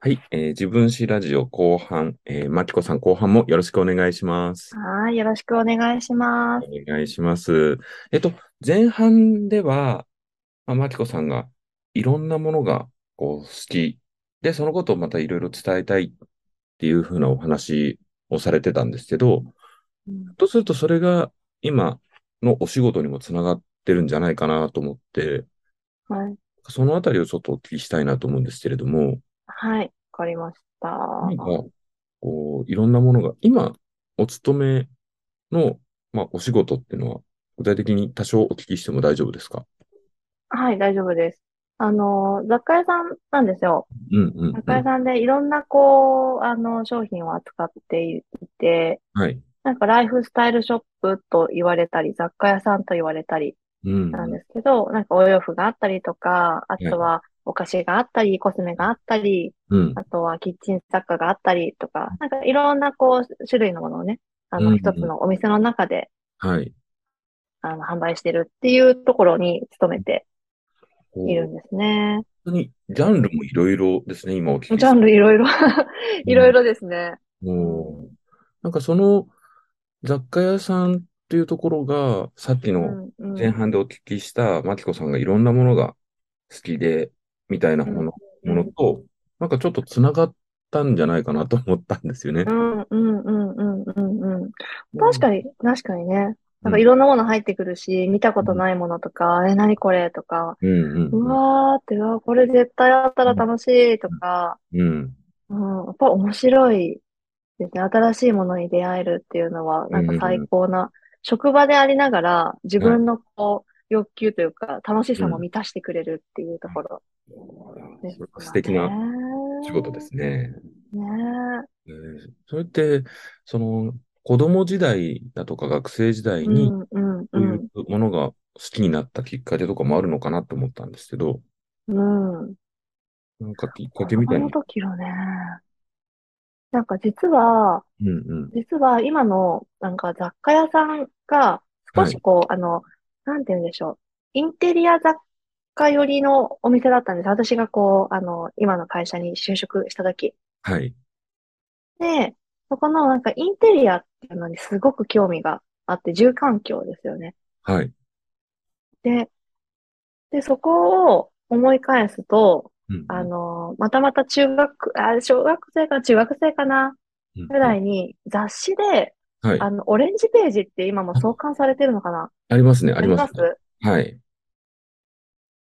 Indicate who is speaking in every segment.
Speaker 1: はい、えー自分史ラジオ後半、えー、まきこさん後半もよろしくお願いします。
Speaker 2: はい、よろしくお願いします。
Speaker 1: お願いします。えっと、前半では、まあ、まきこさんがいろんなものがこう好きで、そのことをまたいろいろ伝えたいっていうふうなお話をされてたんですけど、
Speaker 2: うん
Speaker 1: とするとそれが今のお仕事にもつながってるんじゃないかなと思って、
Speaker 2: はい、
Speaker 1: そのあたりをちょっとお聞きしたいなと思うんですけれども、
Speaker 2: はい、わかりました。
Speaker 1: なんか、こう、いろんなものが、今、お勤めの、まあ、お仕事っていうのは、具体的に多少お聞きしても大丈夫ですか
Speaker 2: はい、大丈夫です。あの、雑貨屋さんなんですよ。
Speaker 1: うんうん、
Speaker 2: 雑
Speaker 1: う
Speaker 2: 貨屋
Speaker 1: ん。
Speaker 2: さんでいろんな、こう、あの、商品を扱っていて、
Speaker 1: はい。
Speaker 2: なんかライフスタイルショップと言われたり、雑貨屋さんと言われたり
Speaker 1: うん。
Speaker 2: なんですけど、なんかお洋服があったりとか、あとはお菓子があったり、コスメがあったり、
Speaker 1: うん。
Speaker 2: あとはキッチン雑貨があったりとか、なんかいろんなこう種類のものをね、あ
Speaker 1: うんう
Speaker 2: の
Speaker 1: ん
Speaker 2: 一つのお店の中で
Speaker 1: はい。
Speaker 2: あの販売してるっていうところに勤めて
Speaker 1: こう
Speaker 2: いるんですね。
Speaker 1: 本当に、ジャンルもいろいろですね、今お聞きして
Speaker 2: ジャンルいろいろ、いろいろですね。
Speaker 1: もう、なんかその、雑貨屋さんっていうところが、さっき
Speaker 2: う
Speaker 1: の
Speaker 2: ん、うん。
Speaker 1: 前半でお聞きした、まきこさんがいろんなものが好きで、みたいなもの,、
Speaker 2: うん
Speaker 1: ものと、なんかちょっとつながったんじゃないかなと思ったんですよね
Speaker 2: う。ん、うん、うん、うん、うん、うん。確かに、確かにね。なんか
Speaker 1: うん
Speaker 2: いろんなもの入ってくるし、見たことないものとか、え、何これとか、
Speaker 1: うん
Speaker 2: うわーって、うわーこれ絶対あったら楽しいとか、
Speaker 1: うん。うん。
Speaker 2: うん、やっぱ面白いですね。新しいものに出会えるっていうのは、なんか最高な、職場でありながら、自分のこう、欲求というか、楽しさも満たしてくれるっていうところです
Speaker 1: それは素敵な
Speaker 2: ね。
Speaker 1: 仕事ですね。
Speaker 2: ね
Speaker 1: えーそれって、その、子供時代だとか学生時代
Speaker 2: う
Speaker 1: に、
Speaker 2: ん、うん、
Speaker 1: こういうものが好きになったきっかけとかもあるのかなと思ったんですけど、
Speaker 2: うん、うん。
Speaker 1: なんかきっかけみたい
Speaker 2: 子供
Speaker 1: に
Speaker 2: の。時のね、なんか実は、
Speaker 1: うんうん。
Speaker 2: 実は今のなんか雑貨屋さんが少しこう、あの、なんて言うんでしょう。インテリア雑貨寄りのお店だったんです。私がこう、あの、今の会社に就職した時。
Speaker 1: はい。
Speaker 2: で、そこのなんかインテリアっていうのにすごく興味があって、住環境ですよね。
Speaker 1: はい。
Speaker 2: で、で、そこを思い返すと、
Speaker 1: うん
Speaker 2: あの、またまた中学、あ、小学生かな中学生かな
Speaker 1: うん
Speaker 2: ぐらいに雑誌で、
Speaker 1: はい。
Speaker 2: あの、オレンジページって今も創刊されてるのかな
Speaker 1: ありますね、あ
Speaker 2: あ
Speaker 1: り
Speaker 2: り
Speaker 1: ま
Speaker 2: ます
Speaker 1: す。はい。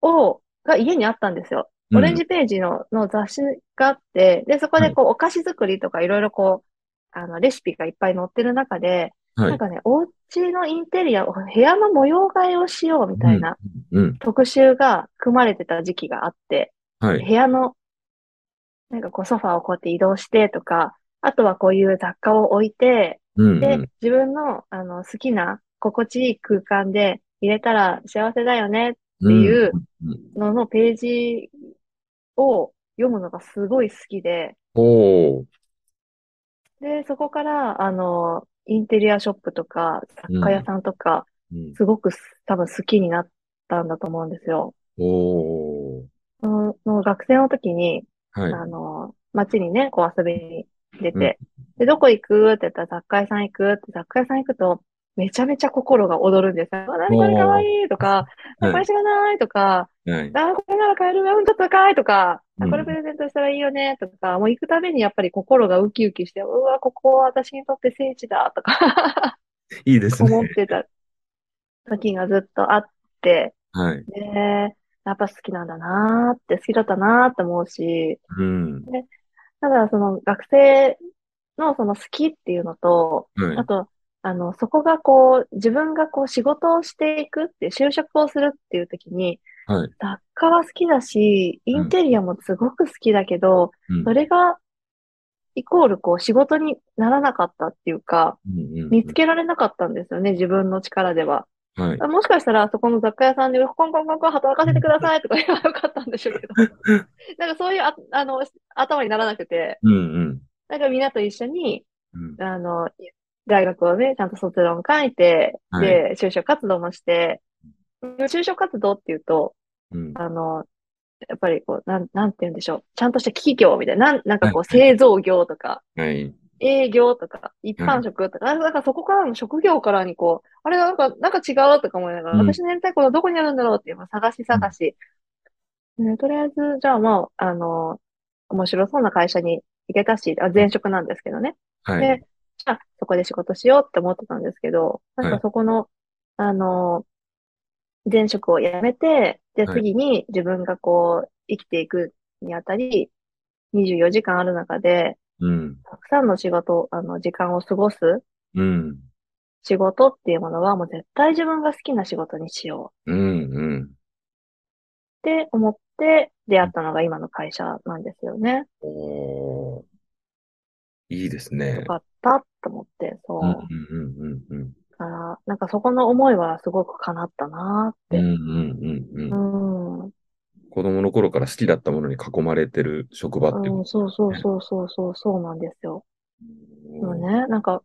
Speaker 2: を、が家にあったんですよ。
Speaker 1: うん
Speaker 2: オレンジページの、の雑誌があって、で、そこでこう、お菓子作りとかいろいろこう、あの、レシピがいっぱい載ってる中で、
Speaker 1: はい
Speaker 2: なんかね、お家のインテリアを、部屋の模様替えをしようみたいな
Speaker 1: うん。うん。
Speaker 2: 特集が組まれてた時期があって、
Speaker 1: はい。
Speaker 2: 部屋の、なんかこう、ソファーをこうやって移動してとか、あとはこういう雑貨を置いて、
Speaker 1: うんう
Speaker 2: で
Speaker 1: ん。、
Speaker 2: 自分の、あの、好きな、心地いい空間で入れたら幸せだよね
Speaker 1: うん
Speaker 2: いう
Speaker 1: うん。
Speaker 2: ののページを読むのがすごい好きで、
Speaker 1: おー。
Speaker 2: で、そこから、あの、インテリアショップとか、雑貨屋さんとか、
Speaker 1: うん
Speaker 2: すごく多分好きになったんだと思うんですよ。
Speaker 1: おー。
Speaker 2: そのの学生の時に、
Speaker 1: はい。
Speaker 2: あの、街にね、こう遊びに出て、で、どこ行くって言ったら雑貨屋さん行くって、雑貨屋さん行くと、めちゃめちゃ心が躍るんですよ。あ、何これかわいいとか、あ、こ
Speaker 1: は
Speaker 2: れ知らないとか、
Speaker 1: い。はい。
Speaker 2: あ、これなら買えるわ、うん、ちょっと高いとか、
Speaker 1: う
Speaker 2: あ、
Speaker 1: ん
Speaker 2: これプレゼントしたらいいよね、とか、もう行くたびにやっぱり心がウキウキして、うわ、ここは私にとって聖地だ、とか
Speaker 1: いいです
Speaker 2: 思っ
Speaker 1: ね。
Speaker 2: てた時がずっとあって、
Speaker 1: はい。
Speaker 2: で、やっぱ好きなんだなーって、好きだったなーって思うし、
Speaker 1: うん。
Speaker 2: ただその学生のその好きっていうのと、
Speaker 1: はい
Speaker 2: あ。と、あの、そこがこう、自分がこう仕事をしていくっていう、就職をするっていう時に、
Speaker 1: はい。
Speaker 2: 雑貨は好きだし、インテリアもすごく好きだけど、
Speaker 1: うん
Speaker 2: それが、イコールこう仕事にならなかったっていうか、
Speaker 1: うんうん
Speaker 2: 見つけられなかったんですよね、自分の力では。
Speaker 1: はい。
Speaker 2: もしかしたら、そこの雑貨屋さんで、コンコンコンコン働かせてくださいとか言えばよかったんでしょ うけど。なんかそういうあ、あの、頭にならなくて、
Speaker 1: うんうん
Speaker 2: なんかみんなと一緒に、
Speaker 1: うん。
Speaker 2: あの、大学をね、ちゃんと卒論書いて、
Speaker 1: はい
Speaker 2: で、就職活動もして、就職活動っていうと、
Speaker 1: うん
Speaker 2: あの、やっぱりこう、なん、なんて言うんでしょう。ちゃんとした企業みたいな、なん、なんか
Speaker 1: は
Speaker 2: こう、
Speaker 1: い、
Speaker 2: 製造業とか、
Speaker 1: はい、
Speaker 2: 営業とか、一
Speaker 1: は
Speaker 2: 般
Speaker 1: い。
Speaker 2: 職とか、なんかそこからの職業からにこう、あれなんか、なんか違うとか思いながら、
Speaker 1: うん、
Speaker 2: 私のやりたいことはどこにあるんだろうっていう、まあ探し
Speaker 1: う
Speaker 2: 探
Speaker 1: ん、
Speaker 2: し。ね、とりあえず、じゃあまあ、あの、面白そうな会社に行けたし、あ、前職なんですけどね。
Speaker 1: はい、
Speaker 2: で、じゃあ、そこで仕事しようって思ってたんですけど、なん
Speaker 1: は
Speaker 2: か
Speaker 1: い、
Speaker 2: そこの、あの、前職を辞めて、で、
Speaker 1: はい、
Speaker 2: 次に自分がこう、生きていくにあたり、24時間ある中で、
Speaker 1: うん、
Speaker 2: たくさんの仕事、あの、時間を過ごす
Speaker 1: うん、
Speaker 2: 仕事っていうものは、もう絶対自分が好きな仕事にしよ
Speaker 1: うん、うん。
Speaker 2: うって思って出会ったのが今の会社なんですよね。
Speaker 1: おー、いいです
Speaker 2: よ
Speaker 1: ね。
Speaker 2: かったと思って、
Speaker 1: うん、
Speaker 2: そう。
Speaker 1: うん、うん、うん、
Speaker 2: だから、なんかそこの思いはすごく叶ったなーっ
Speaker 1: うん、
Speaker 2: て。
Speaker 1: うん、うん、う。
Speaker 2: うんん。う
Speaker 1: 子供の頃から好きだったものに囲まれてる職場っていうこ
Speaker 2: ん、そう
Speaker 1: と
Speaker 2: そう
Speaker 1: ですね。
Speaker 2: そうそうそう、そうなんですよ。でも
Speaker 1: おー
Speaker 2: ね、なんか、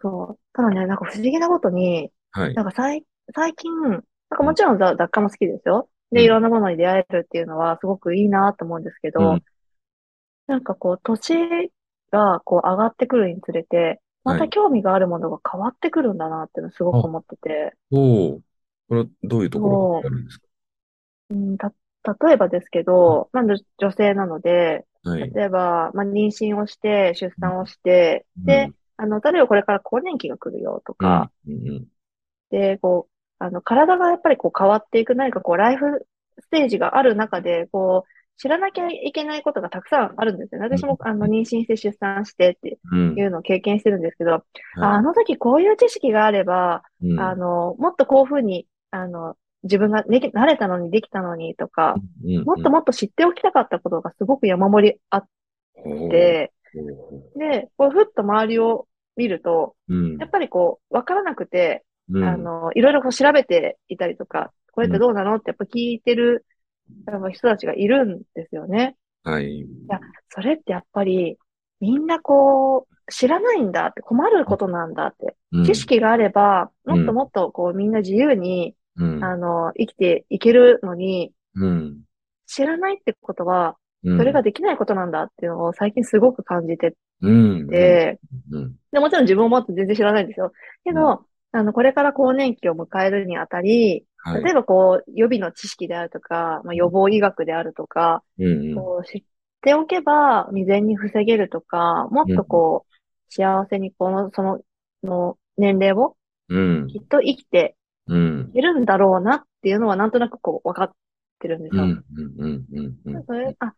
Speaker 2: そう。ただね、なんか不思議なことに、
Speaker 1: はい。
Speaker 2: なんか最、最近、なんか
Speaker 1: う
Speaker 2: も
Speaker 1: ん、
Speaker 2: ちろん雑雑貨も好きですよ。
Speaker 1: う
Speaker 2: で、いろ
Speaker 1: ん、
Speaker 2: んなものに出会えるっていうのはすごくいいなと思うんですけ
Speaker 1: うん、
Speaker 2: ど、なんかこう、年がこう上がってくるにつれて、ま
Speaker 1: は
Speaker 2: た
Speaker 1: い。
Speaker 2: 興味があるものが変わってくるんだなっていうのすご
Speaker 1: あ、
Speaker 2: く思ってて、
Speaker 1: そう。これはどういうところが
Speaker 2: そ
Speaker 1: あるんですか
Speaker 2: う、うん、た、例えばですけど、まあ、女女性なので、
Speaker 1: はい。
Speaker 2: 例えば、まあ、妊娠をして、出
Speaker 1: う
Speaker 2: 産を
Speaker 1: ん、
Speaker 2: して、
Speaker 1: う
Speaker 2: で、
Speaker 1: ん、
Speaker 2: あの、例えばこれから更年期が来るよと
Speaker 1: うん、
Speaker 2: か、
Speaker 1: うん、
Speaker 2: で、こう、あの、体がやっぱりこう変わっていく、何かこう、ライフステージがある中で、こう、知らなきゃいけないことがたくさんあるんですよね。
Speaker 1: う
Speaker 2: 私
Speaker 1: ん、
Speaker 2: も、あの、妊娠して出産してって
Speaker 1: う
Speaker 2: い
Speaker 1: ん、
Speaker 2: うのを経験してるんですけど、あ、
Speaker 1: はい。
Speaker 2: あの時こういう知識があれば、
Speaker 1: う
Speaker 2: あ
Speaker 1: ん、
Speaker 2: の、もっとこういうふうに、あの、自分ができ、慣れたのにできたのにとか、
Speaker 1: うん、
Speaker 2: も
Speaker 1: う
Speaker 2: っと
Speaker 1: ん。
Speaker 2: もっと知っておきたかったことがすごく山盛りあっ
Speaker 1: おー、
Speaker 2: て、
Speaker 1: おー
Speaker 2: で、こう、ふっと周りを見ると、
Speaker 1: う
Speaker 2: やっ
Speaker 1: ん、
Speaker 2: ぱりこう、わからなくて、
Speaker 1: う
Speaker 2: あ
Speaker 1: ん、
Speaker 2: の、いろいろこう調べていたりとか、これっ
Speaker 1: う
Speaker 2: て
Speaker 1: ん、
Speaker 2: どうなのってやっぱ聞いてる、やっぱ人たちがいるんですよね。
Speaker 1: はい。
Speaker 2: いや、それってやっぱり、みんなこう、知らないんだって、困ることなんだって。
Speaker 1: う
Speaker 2: 知
Speaker 1: ん、
Speaker 2: 識があれば、も
Speaker 1: う
Speaker 2: っと
Speaker 1: ん、
Speaker 2: もっとこう、みんな自由に、
Speaker 1: うん、
Speaker 2: あの、生きていけるのに、
Speaker 1: うん、
Speaker 2: 知らないってことは、
Speaker 1: う
Speaker 2: それが
Speaker 1: ん、
Speaker 2: できないことなんだっていうのを最近すごく感じて
Speaker 1: うん、うん、
Speaker 2: て、
Speaker 1: うん、
Speaker 2: で、もちろん自分も全然知らないんですよ。け
Speaker 1: うん
Speaker 2: ど、あの、これから更年期を迎えるにあたり、
Speaker 1: は
Speaker 2: 例え
Speaker 1: い。
Speaker 2: ばこう、予備の知識であるとか、まあ、
Speaker 1: う
Speaker 2: 予
Speaker 1: ん、
Speaker 2: 防医学であるとか、
Speaker 1: うん、
Speaker 2: こう、知っておけば未然に防げるとか、もっ
Speaker 1: うん、
Speaker 2: とこう、幸せにこの、その、の年齢を
Speaker 1: うん、
Speaker 2: きっと生きて
Speaker 1: うん、
Speaker 2: いるんだろうなっていうのはなんとなくこう、分かってるん
Speaker 1: う
Speaker 2: ですよ。
Speaker 1: ん、うん、うん、うん、うん、
Speaker 2: それ、あ、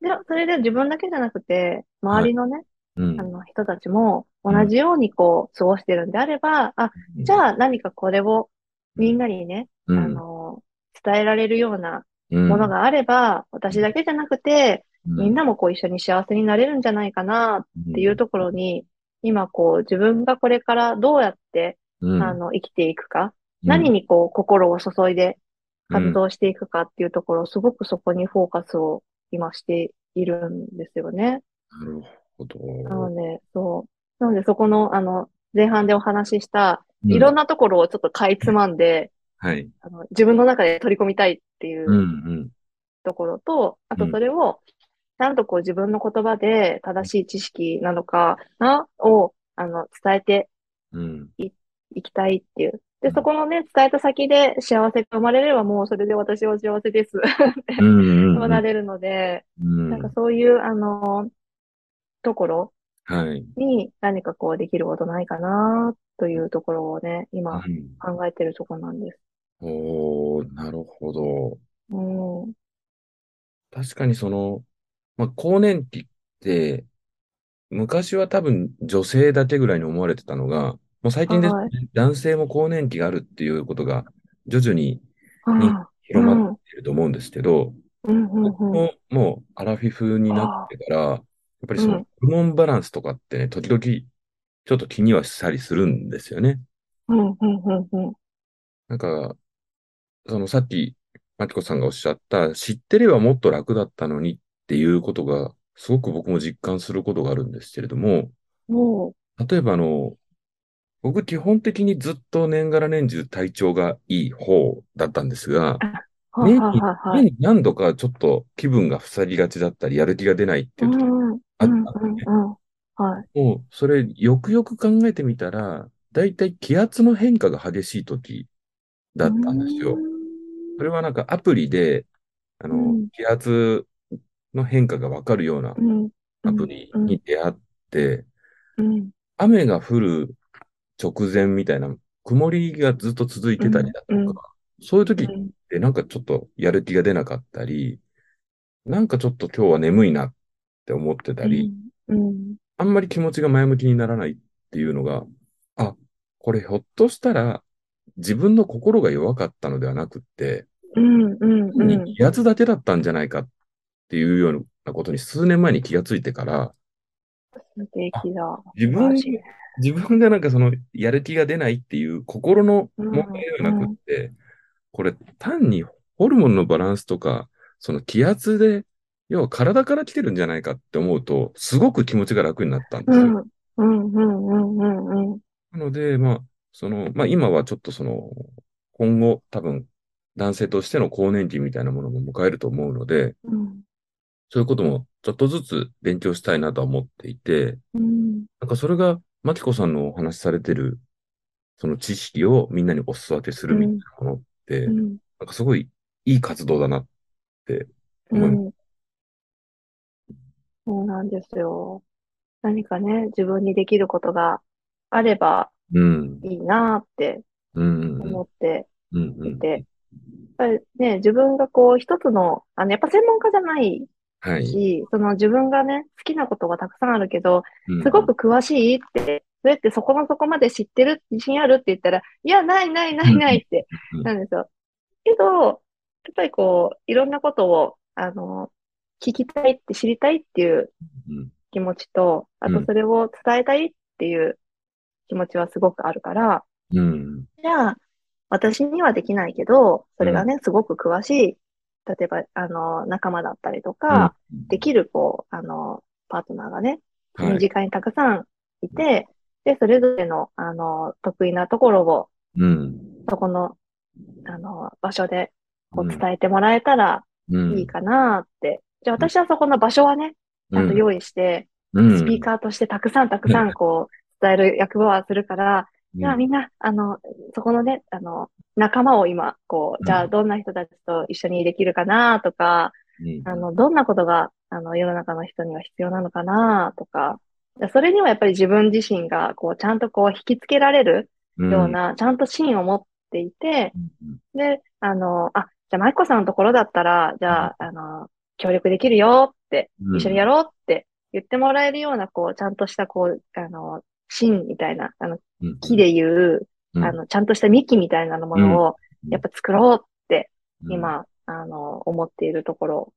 Speaker 2: で、それで自分だけじゃなくて、
Speaker 1: は
Speaker 2: 周
Speaker 1: い。
Speaker 2: りのね、
Speaker 1: う
Speaker 2: あ
Speaker 1: ん、
Speaker 2: の人たちも同
Speaker 1: うん、
Speaker 2: じようにこう過ごしてるんであれば、あ、
Speaker 1: う
Speaker 2: じ
Speaker 1: ん、
Speaker 2: ゃあ何かこれを
Speaker 1: う
Speaker 2: みん
Speaker 1: ん、
Speaker 2: なにね、
Speaker 1: う
Speaker 2: あ
Speaker 1: ん、
Speaker 2: の、伝えられるような
Speaker 1: う
Speaker 2: もの
Speaker 1: ん、
Speaker 2: があれば、私だけじゃなくて、
Speaker 1: う、
Speaker 2: みんなんもこう一緒に幸せになれるんじゃないかなっ
Speaker 1: う、
Speaker 2: ていうんところに、今こう自分がこれからどうやって、
Speaker 1: う
Speaker 2: あ
Speaker 1: ん、
Speaker 2: の、生きていくか、
Speaker 1: う
Speaker 2: 何
Speaker 1: ん、
Speaker 2: にこう心を注いで
Speaker 1: う
Speaker 2: 活
Speaker 1: ん。
Speaker 2: 動していくかっていうところ、すごくそこにフォーカスを今しているんですよね。
Speaker 1: なるほ
Speaker 2: なの
Speaker 1: ど。
Speaker 2: で、そう。なので、そこの、あの、前半でお話しした、
Speaker 1: う
Speaker 2: いろん
Speaker 1: ん。
Speaker 2: なところをちょっとかいつまんで、
Speaker 1: はい。、
Speaker 2: あの、自分の中で取り込みたいっていううんところと、あ
Speaker 1: うん、
Speaker 2: と
Speaker 1: う
Speaker 2: そ
Speaker 1: ん、
Speaker 2: れを、ちゃんとこう自分の言葉で正しい知識なのかな、を、あの、伝えて
Speaker 1: うん、
Speaker 2: い、いきたいっていう。
Speaker 1: う
Speaker 2: で、そ
Speaker 1: ん、
Speaker 2: このね、伝えた先で幸せが生まれれば、もうそれで私は幸せですって
Speaker 1: うん、う
Speaker 2: なれ
Speaker 1: ん、
Speaker 2: るので、
Speaker 1: う
Speaker 2: なんか
Speaker 1: ん、
Speaker 2: そういう、あの、ところ、
Speaker 1: はい。
Speaker 2: に何かこうできることないかなというところをね、
Speaker 1: う
Speaker 2: 今
Speaker 1: ん。
Speaker 2: 考えてるとこなんです。
Speaker 1: おー、なるほど。
Speaker 2: うん。
Speaker 1: 確かにその、まあ、更年期って、昔は多分女性だけぐらいに思われてたのが、もう最近です
Speaker 2: はい。
Speaker 1: ね、男性も更年期があるっていうことが徐々にに
Speaker 2: ああ、う
Speaker 1: 広まって
Speaker 2: ん。うん、
Speaker 1: いると思うんですけど、
Speaker 2: うん、
Speaker 1: 僕
Speaker 2: うん。
Speaker 1: ももうアラフィフになっ
Speaker 2: ああ、
Speaker 1: てから、やっぱり
Speaker 2: う
Speaker 1: その
Speaker 2: ん、
Speaker 1: ホルモンバランスとかってね、時々ちょっと気にはしたりするんですよね。
Speaker 2: うん、うん、うん。
Speaker 1: なんか、そのさっき、マキコさんがおっしゃった、知ってればもっと楽だったのにっていうことが、すごく僕も実感することがあるんですけれども、
Speaker 2: もう、
Speaker 1: 例えばあの、僕基本的にずっと年がら年中体調がいい方だったんですが、
Speaker 2: あ、はい
Speaker 1: 年
Speaker 2: はい
Speaker 1: に、
Speaker 2: はいは
Speaker 1: 年
Speaker 2: い。
Speaker 1: に何度かちょっと気分が塞ぎがちだったり、やる気が出ないって
Speaker 2: う
Speaker 1: いう時
Speaker 2: ん、うん、
Speaker 1: あ
Speaker 2: う
Speaker 1: っ
Speaker 2: ん、
Speaker 1: た
Speaker 2: うんん
Speaker 1: で、
Speaker 2: うん。はい。
Speaker 1: もうそれよくよく考えてみたら、だいたい気圧の変化が激しい時
Speaker 2: う
Speaker 1: だ
Speaker 2: ー
Speaker 1: ったんですよ。それ
Speaker 2: ん、
Speaker 1: はなんかアプリで、あ
Speaker 2: う
Speaker 1: の、
Speaker 2: ん、
Speaker 1: 気圧の変化がわかるような
Speaker 2: うん、う
Speaker 1: アプ
Speaker 2: ん、
Speaker 1: リ
Speaker 2: うん、
Speaker 1: に出会って、
Speaker 2: うん、
Speaker 1: 雨が降る直前みたいな、曇りがずっと続いうてたり
Speaker 2: ん、
Speaker 1: だ
Speaker 2: う
Speaker 1: と
Speaker 2: ん、
Speaker 1: か、そういう時
Speaker 2: う
Speaker 1: っ
Speaker 2: ん。
Speaker 1: てなんかちょっとやる気が出なかったり、なんかちょっと今日は眠いなって思ってた
Speaker 2: う
Speaker 1: り、
Speaker 2: ん、うん、
Speaker 1: あんまり気持ちが前向きにならないっていうのが、あ、これひょっとしたら自分の心が弱かったのではなくって、
Speaker 2: うん、うん、
Speaker 1: 単に
Speaker 2: うん。
Speaker 1: 気圧だけだったんじゃないかっていうようなことに数年前に気がついてから、
Speaker 2: 素
Speaker 1: あ
Speaker 2: 敵だ。
Speaker 1: 自
Speaker 2: 素晴ら
Speaker 1: 分
Speaker 2: しい
Speaker 1: で、
Speaker 2: ね。
Speaker 1: 自分がなんかその、やる気が出ないっていう心の
Speaker 2: う
Speaker 1: 問
Speaker 2: ん、
Speaker 1: 題では
Speaker 2: う
Speaker 1: なくっ
Speaker 2: ん、
Speaker 1: て、これ単にホルモンのバランスとか、その気圧で、要は体から来てるんじゃないかって思うと、すごく気持ちが楽になったんで
Speaker 2: う
Speaker 1: すよ。
Speaker 2: ん、うん、うん、うん、うん、うん。
Speaker 1: なので、まあ、その、まあ今はちょっとその、今後多分、男性としての更年期みたいなものも迎えると思うので、
Speaker 2: うん
Speaker 1: そういうこともちょっとずつ勉強したいなとは思っていて、
Speaker 2: うん
Speaker 1: なんかそれが、マキコさんのお話しされてる、その知識をみんなにお裾分けす
Speaker 2: う
Speaker 1: るみたい
Speaker 2: ん
Speaker 1: なものっ
Speaker 2: う
Speaker 1: て、
Speaker 2: ん
Speaker 1: なんかすごいいい活動だなって
Speaker 2: う
Speaker 1: 思います。
Speaker 2: んそうなんですよ。何かね、自分にできることがあれば
Speaker 1: うん、
Speaker 2: いいなって
Speaker 1: うん、う
Speaker 2: 思
Speaker 1: ん、
Speaker 2: って
Speaker 1: うん、う
Speaker 2: い
Speaker 1: ん。
Speaker 2: て、やっぱりね、自分がこう一つの、あの、やっぱ専門家じゃない
Speaker 1: はい。
Speaker 2: し、その自分がね、好きなことがたくさんあるけど、
Speaker 1: う
Speaker 2: すご
Speaker 1: ん、
Speaker 2: く詳しいって、それってそこのそこまで知ってる自信あるって言ったら、いや、ないないな
Speaker 1: う
Speaker 2: い
Speaker 1: ん、
Speaker 2: ないって
Speaker 1: うん、
Speaker 2: なんですよ。けど、やっぱりこう、いろんなことを、あの、聞きたいって知りたいっていう
Speaker 1: うん、
Speaker 2: 気持ちと、あ
Speaker 1: う
Speaker 2: と
Speaker 1: ん、
Speaker 2: それを伝えたいっていう気持ちはすごくあるから、
Speaker 1: うん、
Speaker 2: じゃあ、私にはできないけど、そうれが
Speaker 1: ん、
Speaker 2: ね、すごく詳しい、例えば、あの、仲間だったりと
Speaker 1: うん、
Speaker 2: か、できる、こう、あの、パートナーがね、
Speaker 1: は
Speaker 2: 身
Speaker 1: い。
Speaker 2: 近にたくさんいて、で、それぞれの、あの、得意なところを、
Speaker 1: うん、
Speaker 2: そこの、あの、場所で、
Speaker 1: う、
Speaker 2: こうん伝えてもらえたら
Speaker 1: う
Speaker 2: いい
Speaker 1: ん、
Speaker 2: かなって。じゃあ
Speaker 1: うん、
Speaker 2: 私はそこの場所はね、ち
Speaker 1: う
Speaker 2: ゃんと
Speaker 1: ん、
Speaker 2: 用意して、
Speaker 1: う
Speaker 2: スピー
Speaker 1: ん、
Speaker 2: カーとしてたくさんたくさんこう伝える役割はするから、じゃあみんな、あの、そこのね、あの、仲間を今、こう、じゃあどんな人たちと一緒にできるかなとか、あの、どんなことが、あの、世の中の人には必要なのかなとか、でそれにはやっぱり自分自身が、こう、ちゃんとこう、引きつけられる
Speaker 1: う、
Speaker 2: ようんな、ちゃんと芯を持っていて、で、あの、あ、じゃあ、マイコさんのところだったら、じゃあ、あの、協力できるよって、
Speaker 1: う
Speaker 2: 一緒にや
Speaker 1: ん、
Speaker 2: ろうって言ってもらえるような、こう、ちゃんとした、こう、あの、芯みたいな、あの、
Speaker 1: うん、う
Speaker 2: 木
Speaker 1: ん、
Speaker 2: でいう、
Speaker 1: う
Speaker 2: あ
Speaker 1: ん、
Speaker 2: の、ちゃんとした幹みたいなも
Speaker 1: うん、
Speaker 2: のを、やっぱ作ろうって、
Speaker 1: うん、
Speaker 2: 今、あの、思っているところ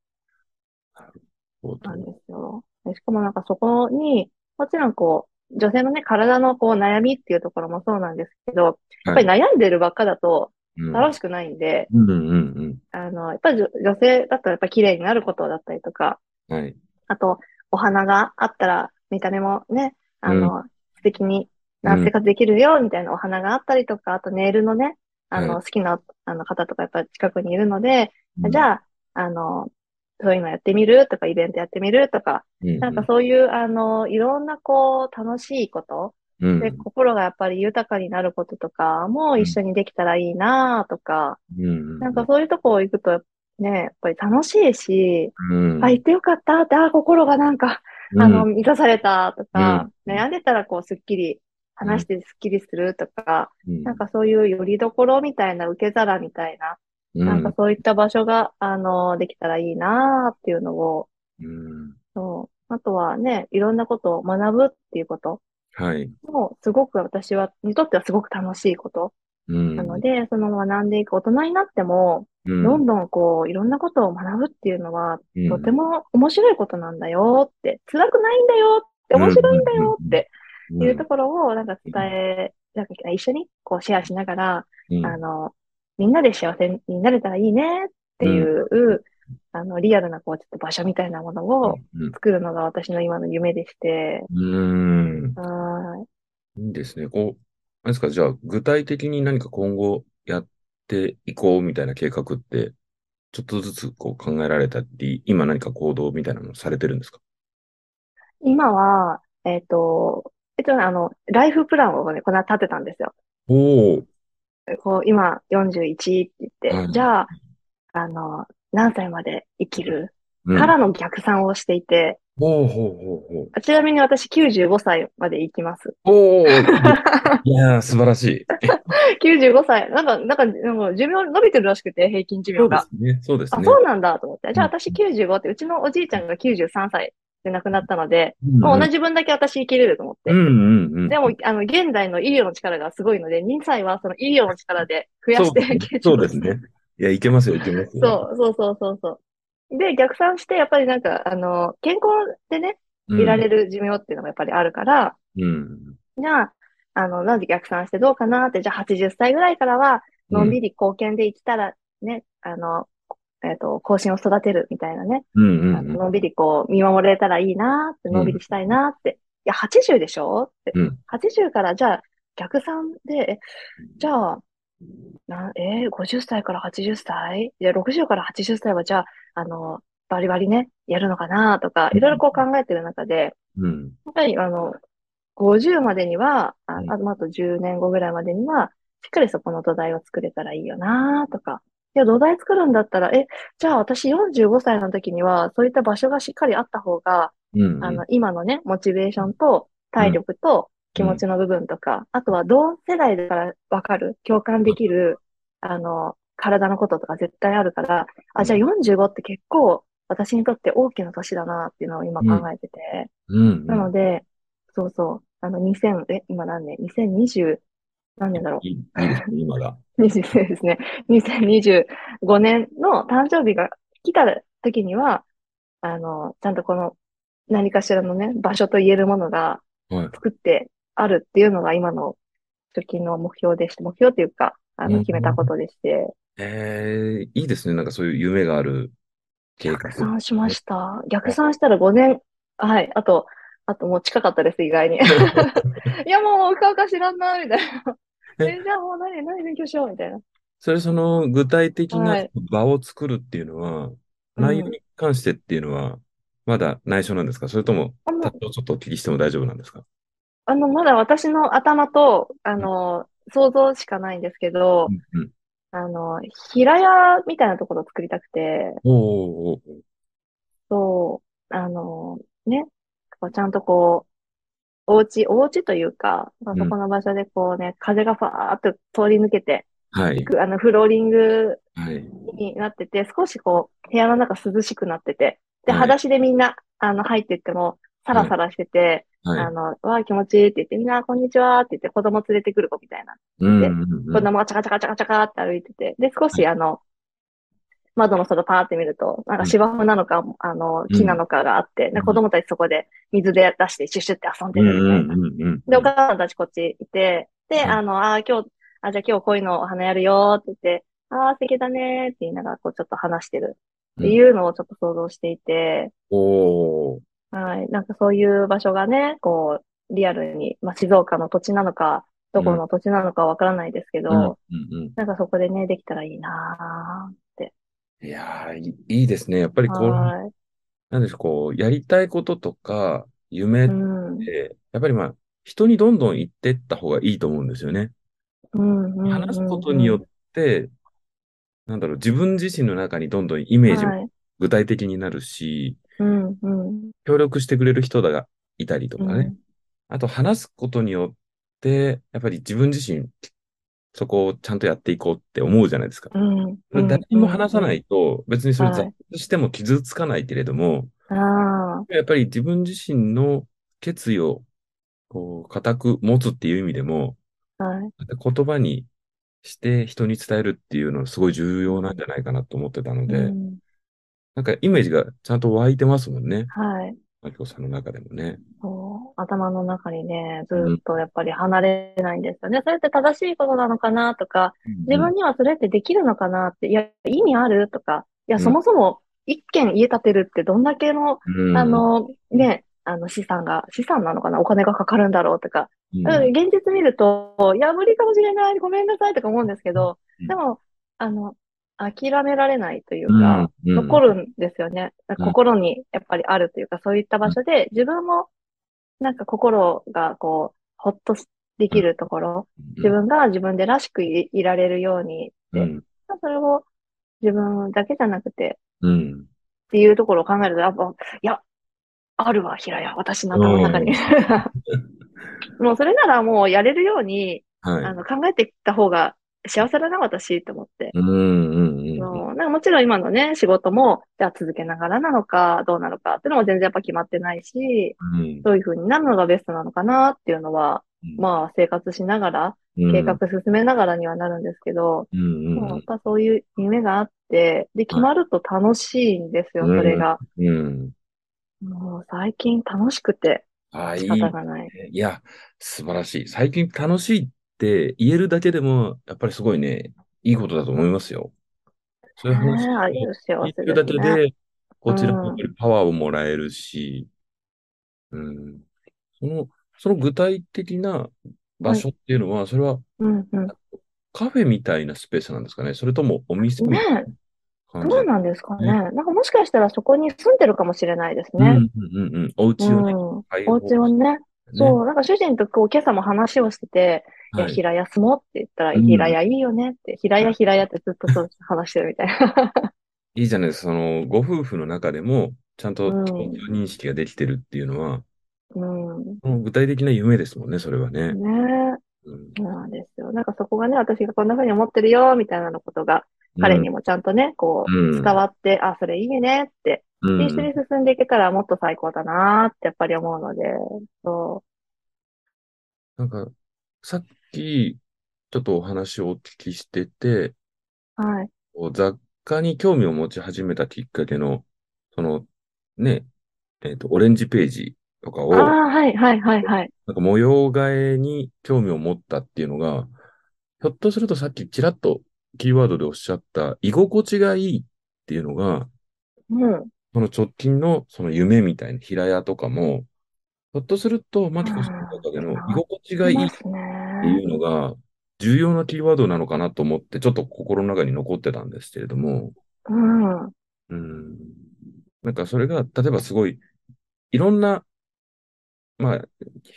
Speaker 1: なるほ
Speaker 2: なん
Speaker 1: ど。
Speaker 2: ですよ。でしかもなんかそこに、もちろんこう、女性のね、体のこう、悩みっていうところもそうなんですけど、やっ
Speaker 1: は
Speaker 2: ぱり
Speaker 1: い。
Speaker 2: 悩んでるばっかだと、
Speaker 1: う
Speaker 2: 楽
Speaker 1: ん。
Speaker 2: しくないんで、
Speaker 1: うんうんうん。
Speaker 2: あの、やっぱり女女性だとやっぱ綺麗になることだったりとか、
Speaker 1: はい。
Speaker 2: あと、お花があったら見た目もね、
Speaker 1: う
Speaker 2: あ
Speaker 1: ん。
Speaker 2: の、素敵に
Speaker 1: う
Speaker 2: な生
Speaker 1: ん。
Speaker 2: 活できるよみたいなお花があったりとか、あとネイルのね、あ
Speaker 1: はい。
Speaker 2: の、好きなあの方とかやっぱ近くにいるので、
Speaker 1: うん。
Speaker 2: じゃあ、あの、そういうのやってみるとか、イベントやってみるとか、
Speaker 1: うん
Speaker 2: なん
Speaker 1: う
Speaker 2: か
Speaker 1: ん。
Speaker 2: そういう、あの、いろんなこう、楽しいこと、
Speaker 1: う
Speaker 2: で、
Speaker 1: ん。
Speaker 2: 心がやっぱり豊かになることとかも
Speaker 1: う
Speaker 2: 一
Speaker 1: ん。
Speaker 2: 緒にできたらいいなとか、
Speaker 1: うん。う
Speaker 2: なん
Speaker 1: ん。う
Speaker 2: か
Speaker 1: ん。
Speaker 2: そういうとこ行くとね、やっぱり楽しいし、あ、行ってよかったって、あ、心がなんか、
Speaker 1: う
Speaker 2: あ
Speaker 1: ん。
Speaker 2: の、満たされたと
Speaker 1: うん。
Speaker 2: か、悩んでたらこう、すっきり、
Speaker 1: う
Speaker 2: 話し
Speaker 1: ん。
Speaker 2: てすっきりするとか、
Speaker 1: う
Speaker 2: なん
Speaker 1: ん。
Speaker 2: かそういう拠り所みたいな、受け皿みたいな、
Speaker 1: う
Speaker 2: なんか
Speaker 1: ん。
Speaker 2: そういった場所が、あの、できたらいいなっていうのを、
Speaker 1: うん
Speaker 2: そう。あとはね、いろんなことを学ぶっていうこと
Speaker 1: はい。
Speaker 2: も、すごく私は、にとってはすごく楽しいこと
Speaker 1: う
Speaker 2: なの
Speaker 1: ん。
Speaker 2: で、その学んでいく大人になっても、
Speaker 1: う
Speaker 2: ど
Speaker 1: ん。
Speaker 2: んどんこう、いろんなことを学ぶっていうのは、
Speaker 1: う
Speaker 2: とて
Speaker 1: ん。
Speaker 2: も面白いことなんだよって、辛くないんだよって、
Speaker 1: うん。
Speaker 2: 面
Speaker 1: うん。
Speaker 2: 白いんだよって
Speaker 1: う。
Speaker 2: いうんところを、なんか
Speaker 1: う
Speaker 2: 伝
Speaker 1: ん。
Speaker 2: え、なんか一緒にこうシェアしながら、
Speaker 1: う
Speaker 2: あ
Speaker 1: ん。
Speaker 2: の、みんなで幸せになれたらいいねって
Speaker 1: うん。
Speaker 2: いう、あの、リアルなこう、ちょっと場所みたいなものを作るのが私の今の夢でして、
Speaker 1: うん。
Speaker 2: はい。
Speaker 1: いいですね。こう、なんですか、じゃあ、具体的に何か今後やっていこうみたいな計画って。ちょっとずつこう考えられたり、今何か行動みたいなのされてるんですか
Speaker 2: 今は、えっと、えっとね、あの、ライフプランをね、この間立てたんですよ。
Speaker 1: おお、
Speaker 2: こう、今41って言って、
Speaker 1: はい
Speaker 2: じゃあ、あの、何歳まで生きる
Speaker 1: うん。
Speaker 2: からの逆算をしていて、
Speaker 1: ほうほうほうほう。
Speaker 2: ちなみに私95歳まで生きます。
Speaker 1: おお、いやー、素晴らしい。
Speaker 2: 95歳。なんか、なんか、でも寿命伸びてるらしくて、平均寿
Speaker 1: そう
Speaker 2: 命
Speaker 1: で
Speaker 2: が
Speaker 1: す。ね、そうです
Speaker 2: あ、
Speaker 1: ね。
Speaker 2: そうなんだと思って。じゃあ
Speaker 1: うん
Speaker 2: 私95って、うちのおじいちゃんが93歳で亡くなったので、
Speaker 1: うん
Speaker 2: もう同じ分だけ私生きれると思って
Speaker 1: う。んうん うん。
Speaker 2: でも、あの、現代の医療の力がすごいので、2歳はその医療の力で増や
Speaker 1: そう
Speaker 2: して、
Speaker 1: そうですね。いや、いけますよ、いけますよ。
Speaker 2: そう、そうそうそうそう。で、逆算して、やっぱりなんか、あの、健康でね、
Speaker 1: うん
Speaker 2: いられる寿命っていうのもやっぱりあるから、
Speaker 1: うん。
Speaker 2: じゃあ、あの、なんで逆算してどうかなって、じゃあ80歳ぐらいからは、のんびり貢献で生きたら、ね、あの、えっと、後進を育てるみたいなね、
Speaker 1: うんう
Speaker 2: あ
Speaker 1: ん
Speaker 2: ののんびりこう、見守れたらいいなって、のんびりしたいなって。いや、80でしょって
Speaker 1: うん。
Speaker 2: 80から、じゃあ、逆算で、えじゃあ、な、えー、50歳から80歳いや、60から80歳は、じゃあ、あの、バリバリね、やるのかなとか、いろいろこう考えてる中で、
Speaker 1: うん。うん。
Speaker 2: やっぱり、あの、50までには、あ
Speaker 1: うん
Speaker 2: あとあと10年後ぐらいまでには、しっかりそこの土台を作れたらいいよなとか。いや、土台作るんだったら、え、じゃあ私45歳の時には、そういった場所がしっかりあった方が、
Speaker 1: うん。
Speaker 2: あの、今のね、モチベーションと体力と気持ちの部分とか、あとは同世代だからわかる、共感できる、あの、体のこととか絶対あるから、あ、じゃあ45って結構私にとって大きな年だなっていうのを今考えてて。
Speaker 1: うん。
Speaker 2: なので、そうそう、あの、2000、え、今何年 ?2020、何年だろ
Speaker 1: いいいいですね、今が。
Speaker 2: う ?20 ですね。2025年の誕生日が来た時には、あの、ちゃんとこの何かしらのね、場所と言えるものが
Speaker 1: はい。
Speaker 2: 作ってあるっていうのが今の貯金の目標でして、目標っていうか、あ
Speaker 1: う
Speaker 2: の、
Speaker 1: ん
Speaker 2: 決めたことでして、
Speaker 1: ええ、いいですね。なんかそういう夢がある計画。
Speaker 2: 逆算しました。逆算したら5年、はい、あと、あともう近かったです、意 外に。いや、もう、うかうか知らんな、みたいな。
Speaker 1: え
Speaker 2: え、じゃあもう何、何勉強しよう、みたいな。
Speaker 1: それ、その具体的な
Speaker 2: はい
Speaker 1: 場を作るっていうのは、内容に関してっていうのは、まだ内緒なんですかそれとも、多
Speaker 2: あの、
Speaker 1: 少ちょっとお聞きしても大丈夫なんですか
Speaker 2: あの、まだ私の頭と、あの、想像しかないんですけど
Speaker 1: う、んうん。
Speaker 2: あの、平屋みたいなところを作りたくて、
Speaker 1: おーおーおー
Speaker 2: そう、あの、ね、こうちゃんとこう、お家、お家というか、まあ
Speaker 1: うん
Speaker 2: そこの場所でこうね、風がファーっと通り抜けて
Speaker 1: はい
Speaker 2: い。く、あの、フローリング
Speaker 1: はい。
Speaker 2: になってて、少しこう、部屋の中涼しくなってて、で、
Speaker 1: はい
Speaker 2: 裸足でみんな、あの、入ってっても、サラサラしてて、
Speaker 1: は
Speaker 2: あ
Speaker 1: い。
Speaker 2: の、わあ、気持ちいいって言って、みんな、こんにちはって言って、子供連れてくる子みたいな。
Speaker 1: うんうんう
Speaker 2: 子
Speaker 1: ん。
Speaker 2: 供がチャカチャカチャカチャカって歩いてて、で、少しあの、窓の外パーって見ると、なんか芝生なのか、あの、木なのかがあって、で、子供たちそこで水で出して、シュッシュって遊んで
Speaker 1: うん
Speaker 2: るみたいな。
Speaker 1: うんうんうん。
Speaker 2: で、お母さんたちこっちいて、で、
Speaker 1: うん
Speaker 2: あの、あー今日、あ、じゃあ今日こういうのお花やるよって言って、ああ、素敵だねーって言いながら、こうちょっと話してるっていうのをちょっと想像していて、
Speaker 1: おお。
Speaker 2: はい、なんかそういう場所がね、こう、リアルに、まあ、静岡の土地なのか、どこの土地なのかわからないですけ
Speaker 1: うん
Speaker 2: ど、
Speaker 1: うんうん。
Speaker 2: なんかそこでね、できたらいいない
Speaker 1: やー、いいいいですね。やっぱり
Speaker 2: ー
Speaker 1: こう、
Speaker 2: は
Speaker 1: なんでしょう、こう、やりたいこととか、夢
Speaker 2: い。
Speaker 1: っ
Speaker 2: うん、
Speaker 1: て、やっぱりまあ、人にどんどん言ってった方がいいと思うんですよね。
Speaker 2: うん、うん、
Speaker 1: 話すことによって、なんだろう、自分自身の中にどんどんイメ
Speaker 2: うん、
Speaker 1: ージも
Speaker 2: はい。
Speaker 1: 具体的になるし、
Speaker 2: うん、うん、
Speaker 1: 協力してくれる人だがいたりと
Speaker 2: う
Speaker 1: か
Speaker 2: ん、
Speaker 1: ね。あと、話すことによって、やっぱり自分自身、そこをちゃんとやっていこうって思うじゃないですか。
Speaker 2: うん、うん、
Speaker 1: 誰にも話さないと、別にそれ
Speaker 2: はい
Speaker 1: 挫折しても傷つかないけれども、
Speaker 2: ああ
Speaker 1: やっぱり自分自身の決意を、こう、固く持つっていう意味でも、
Speaker 2: ー、はい。
Speaker 1: 言葉にして人に伝えるっていうのはすごい重要なんじゃないかなと思ってたの
Speaker 2: う
Speaker 1: で、
Speaker 2: ん、
Speaker 1: なんかイメージがちゃんと湧いてますもんね。
Speaker 2: はい。
Speaker 1: マキコさんの中でもね。
Speaker 2: そう、頭の中にね、ず
Speaker 1: うん
Speaker 2: っとやっぱり離れないんですよね。それって正しいことなのかなとか、自分にはそれってできるのかなって、いや、意味あるとか、いや、
Speaker 1: うん
Speaker 2: そもそも一軒家建てるってどんだけの、
Speaker 1: うん、
Speaker 2: あの、ね、あの資産が、資産なのかな、お金がかかるんだろうとか、
Speaker 1: うん、
Speaker 2: だから現実見ると、いや、無理かもしれない、ごめんなさいとか思うんですけど
Speaker 1: うん、
Speaker 2: でも、あの、諦められないという
Speaker 1: うん
Speaker 2: か、
Speaker 1: うん
Speaker 2: 残るんですよね。
Speaker 1: うん
Speaker 2: 心にやっぱりあるというか、そういった場所で自分もなんか心がこう、ほっとできるところ、自分が自分でらしくいいられるように、
Speaker 1: うん
Speaker 2: まあそれを自分だけじゃなくて、
Speaker 1: うん
Speaker 2: っていうところを考えると、やっぱ、いや、あるわ、平屋、私の頭の中に。 もうそれならもうやれるように、
Speaker 1: はい
Speaker 2: あの考えていった方が幸せだな、私、と思って。
Speaker 1: うんうんうん
Speaker 2: のなんかもちろん今のね、仕事も、じゃあ続けながらなのか、どうなのかっていうのも全然やっぱ決まってないし、
Speaker 1: うん
Speaker 2: どういう風になるのがベストなのかなっていうのは、
Speaker 1: うん
Speaker 2: まあ生活しながら、
Speaker 1: うん
Speaker 2: 計画進めながらにはなるんですけど、
Speaker 1: うんうん
Speaker 2: もうやっぱそういう夢があって、で、決まると楽しいんですよ、
Speaker 1: う
Speaker 2: そ
Speaker 1: ん
Speaker 2: れが。
Speaker 1: うん
Speaker 2: もう最近楽しくて
Speaker 1: あい
Speaker 2: 仕
Speaker 1: い
Speaker 2: 方がない。
Speaker 1: いや、素晴らしい。最近楽しいって言えるだけでも、やっぱりすごいね、いいことだと思いますよ。そういう話
Speaker 2: ねえ、ああいう幸
Speaker 1: 聞いて
Speaker 2: せ
Speaker 1: る
Speaker 2: で
Speaker 1: だ
Speaker 2: す
Speaker 1: け
Speaker 2: ね。
Speaker 1: で、こちらも
Speaker 2: う
Speaker 1: やっ
Speaker 2: ん
Speaker 1: ぱりパワーをもらえるし、うん。その、その具体的な場所っていうのは、それは
Speaker 2: うんうん。
Speaker 1: カフェみたいなスペースなんですかねそれともお店み
Speaker 2: ね
Speaker 1: たい
Speaker 2: え、
Speaker 1: な感じ
Speaker 2: どうなんですかね。
Speaker 1: ね
Speaker 2: なんかもしかしたらそこに住んでるかもしれないです
Speaker 1: うん
Speaker 2: ね。
Speaker 1: うんうんうん。お
Speaker 2: う
Speaker 1: 家をね、
Speaker 2: ん。お
Speaker 1: 開放し
Speaker 2: 家をね。
Speaker 1: てね。
Speaker 2: そう、なんか主人とこう今朝も話をしてて、いや、
Speaker 1: はい。
Speaker 2: 平屋住もうって言ったら、
Speaker 1: うん
Speaker 2: 平屋いいよねって、平
Speaker 1: は
Speaker 2: 屋
Speaker 1: い
Speaker 2: 平屋ってずっとそう話してるみたいな。
Speaker 1: いいじゃないですか。その、ご夫婦の中でも、ちゃんと
Speaker 2: うん
Speaker 1: 共通認識ができてるっていうのは、
Speaker 2: うん。ね
Speaker 1: もう具体的な夢ですもんね、それはね。うん
Speaker 2: え、そうなんですよ。なんかそこがね、私がこんな風に思ってるよ、みたいなのことが、彼にもちゃんとね、こ
Speaker 1: う
Speaker 2: う、
Speaker 1: ん
Speaker 2: 伝わって、あ、それいいねって、
Speaker 1: うん
Speaker 2: で一緒に進んでいけたらもっと最高だなーってやっぱり思うので、そ
Speaker 1: なんか、さっき、ちょっとお話をお聞きしてて、
Speaker 2: う。はい。
Speaker 1: こう雑貨に興味を持ち始めたきっかけの、その、ね、えっと、オレンジページとかを、
Speaker 2: ああ、
Speaker 1: な
Speaker 2: はい、はい、はい、はい。
Speaker 1: んか模様替えに興味を持ったっていうのが、ひょっとするとさっきちらっとキーワードでおっしゃった、居心地がいいっていうのが、
Speaker 2: うん。
Speaker 1: その直近のその夢みたいな平屋とかも、ひょっとすると、マキコさんの中での居心地がい
Speaker 2: い
Speaker 1: い
Speaker 2: ま
Speaker 1: っ
Speaker 2: すね。
Speaker 1: ていうのが、重要なキーワードなのかなと思って、ちょっと心の中に残ってたんですけれども、
Speaker 2: うん。
Speaker 1: うん。なんかそれが、例えばすごい、いろんな、まあ、